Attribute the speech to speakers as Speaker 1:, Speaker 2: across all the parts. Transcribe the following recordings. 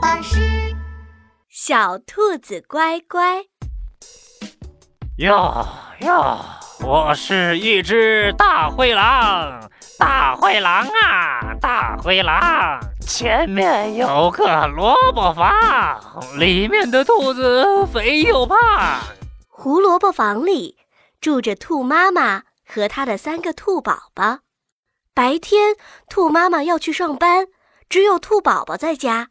Speaker 1: 巴士。
Speaker 2: 小兔子乖乖，
Speaker 3: 哟哟，我是一只大灰狼，啊大灰狼啊，大灰狼！啊前面有个萝卜房，里面的兔子肥又胖。
Speaker 2: 胡萝卜房里住着兔妈妈和它的三个兔宝宝。白天，兔妈妈要去上班，只有兔宝宝在家。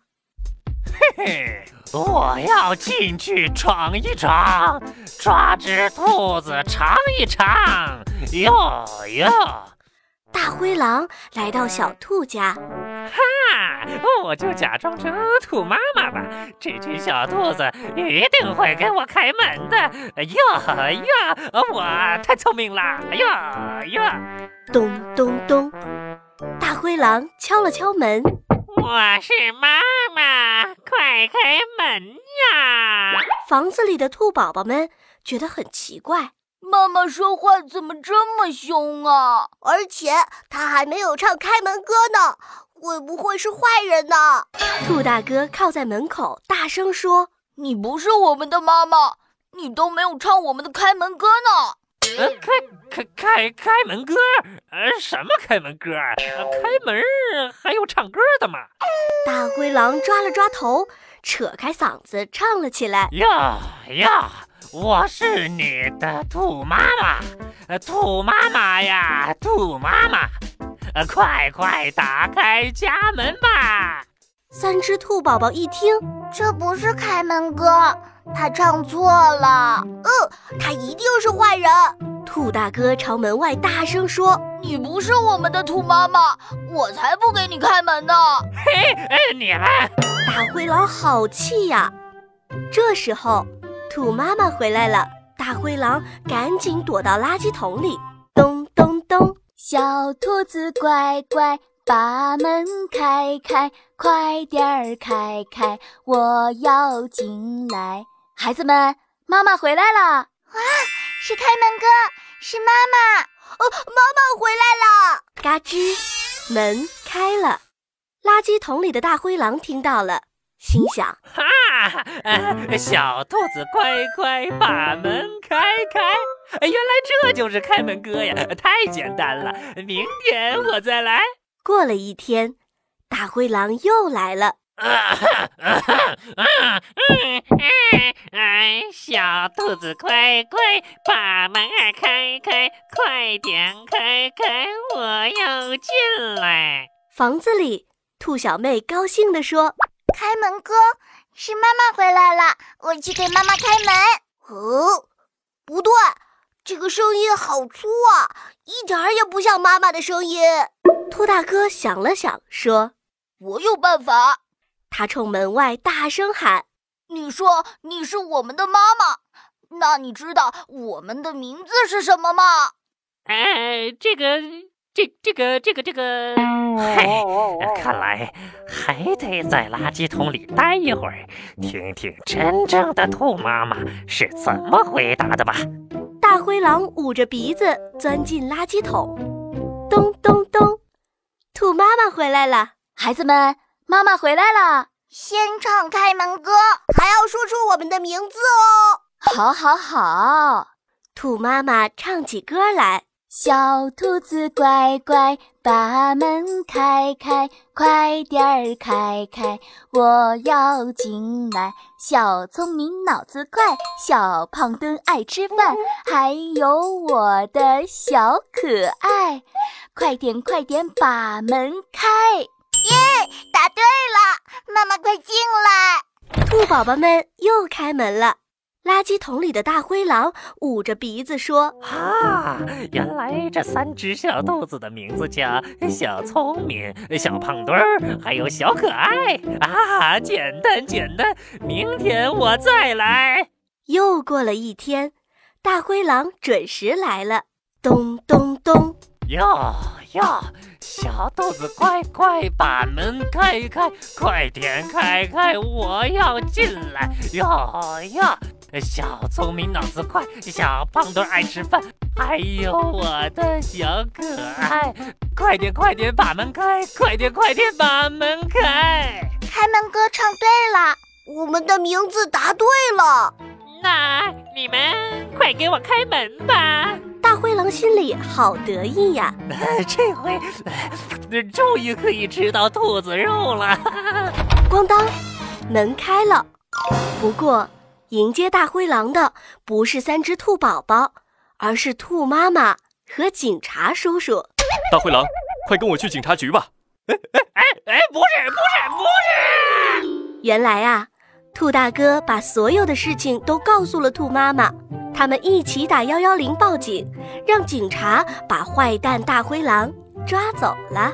Speaker 3: 嘿嘿，我要进去闯一闯，抓只兔子尝一尝。哟哟，
Speaker 2: 大灰狼来到小兔家，
Speaker 3: 啊，我就假装成兔妈妈吧，这群小兔子一定会给我开门的。哎呀哎呀，我太聪明了！哎呀哎呀，
Speaker 2: 咚咚咚，大灰狼敲了敲门。
Speaker 3: 我是妈妈，快开门呀！
Speaker 2: 房子里的兔宝宝们觉得很奇怪。
Speaker 1: 妈妈说话怎么这么凶啊？而且她还没有唱开门歌呢，会不会是坏人呢？
Speaker 2: 兔大哥靠在门口，大声说
Speaker 4: 你不是我们的妈妈，你都没有唱我们的开门歌呢。
Speaker 3: 呃，开开开开门歌？呃，什么开门歌？呃开门儿还有唱歌的吗？：“
Speaker 2: 大灰狼抓了抓头，扯开嗓子唱了起来。
Speaker 3: 呀呀，我是你的兔妈妈，呃兔妈妈呀，兔妈妈，呃，快快打开家门吧！”
Speaker 2: 三只兔宝宝一听，
Speaker 1: 这不是开门歌，她唱错了。嗯，她一定是坏人。
Speaker 2: 兔大哥朝门外大声说
Speaker 4: 你不是我们的兔妈妈，我才不给你开门呢。
Speaker 3: 嘿，哎，你们，：“
Speaker 2: 大灰狼好气呀！”这时候，兔妈妈回来了，大灰狼赶紧躲到垃圾桶里。咚咚咚，
Speaker 5: 小兔子乖乖，把门开开，快点儿开开，我要进来。孩子们，妈妈回来啦！
Speaker 1: 是开门歌，是妈妈。哦，妈妈回来了。
Speaker 2: 嘎吱，门开了。垃圾桶里的大灰狼听到了，心想。
Speaker 3: 哈，呃小兔子乖乖把门开开。呃原来这就是开门歌呀，呃太简单了。明天我再来。
Speaker 2: 过了一天，大灰狼又来了。
Speaker 3: 啊哈啊哈啊嗯嗯哎， 小兔子乖乖，把门儿开开，快点开开，我要进来。
Speaker 2: 房子里，兔小妹高兴地说
Speaker 1: 开门歌是妈妈回来了，我去给妈妈开门。哦，不对，这个声音好粗啊，一点儿也不像妈妈的声音。：“
Speaker 2: 兔大哥想了想，说，
Speaker 4: 我有办法。
Speaker 2: 他冲门外大声喊
Speaker 4: 你说你是我们的妈妈，那你知道我们的名字是什么吗？
Speaker 3: 哎，这个，这，这个，这个，这个，嘿，看来还得在垃圾桶里待一会儿，听听真正的兔妈妈是怎么回答的吧。：“
Speaker 2: 大灰狼捂着鼻子钻进垃圾桶。”咚咚咚，兔妈妈回来了。
Speaker 5: 孩子们，妈妈回来啦！
Speaker 1: 先唱开门歌，还要说出我们的名字哦。
Speaker 5: 好，好，好。
Speaker 2: 兔妈妈唱起歌来。
Speaker 5: 小兔子乖乖，把门开开，快点儿开开，我要进来。小聪明脑子快，小胖墩爱吃饭，还有我的小可爱，快点快点把门开。
Speaker 1: 答对了，妈妈快进来。
Speaker 2: 兔宝宝们又开门了。垃圾桶里的大灰狼捂着鼻子说
Speaker 3: 啊，原来这三只小兔子的名字叫小聪明、小胖墩儿，还有小可爱啊！简单简单，明天我再来。：“
Speaker 2: 又过了一天，大灰狼准时来了。”咚咚咚。
Speaker 3: 哟哟，小兔子快快把门开开，快点开开，我要进来！哟哟，小聪明脑子快，小胖墩儿爱吃饭，还有我的小可爱，快点快点把门开，快点快点把门开！
Speaker 1: 开门歌唱对我们的名字答对了。
Speaker 6: 那你们快给我开门吧！
Speaker 2: 大灰狼心里好得意呀，
Speaker 3: 这回呃终于可以吃到兔子肉了。
Speaker 2: 咣当，门开了。不过，迎接大灰狼的不是三只兔宝宝，而是兔妈妈和警察叔叔。
Speaker 7: 大灰狼，快跟我去警察局吧！
Speaker 3: 哎，不是，不是，不
Speaker 2: 原来啊，兔大哥把所有的事情都告诉了兔妈妈，他们一起打幺幺零报警，让警察把坏蛋大灰狼抓走了。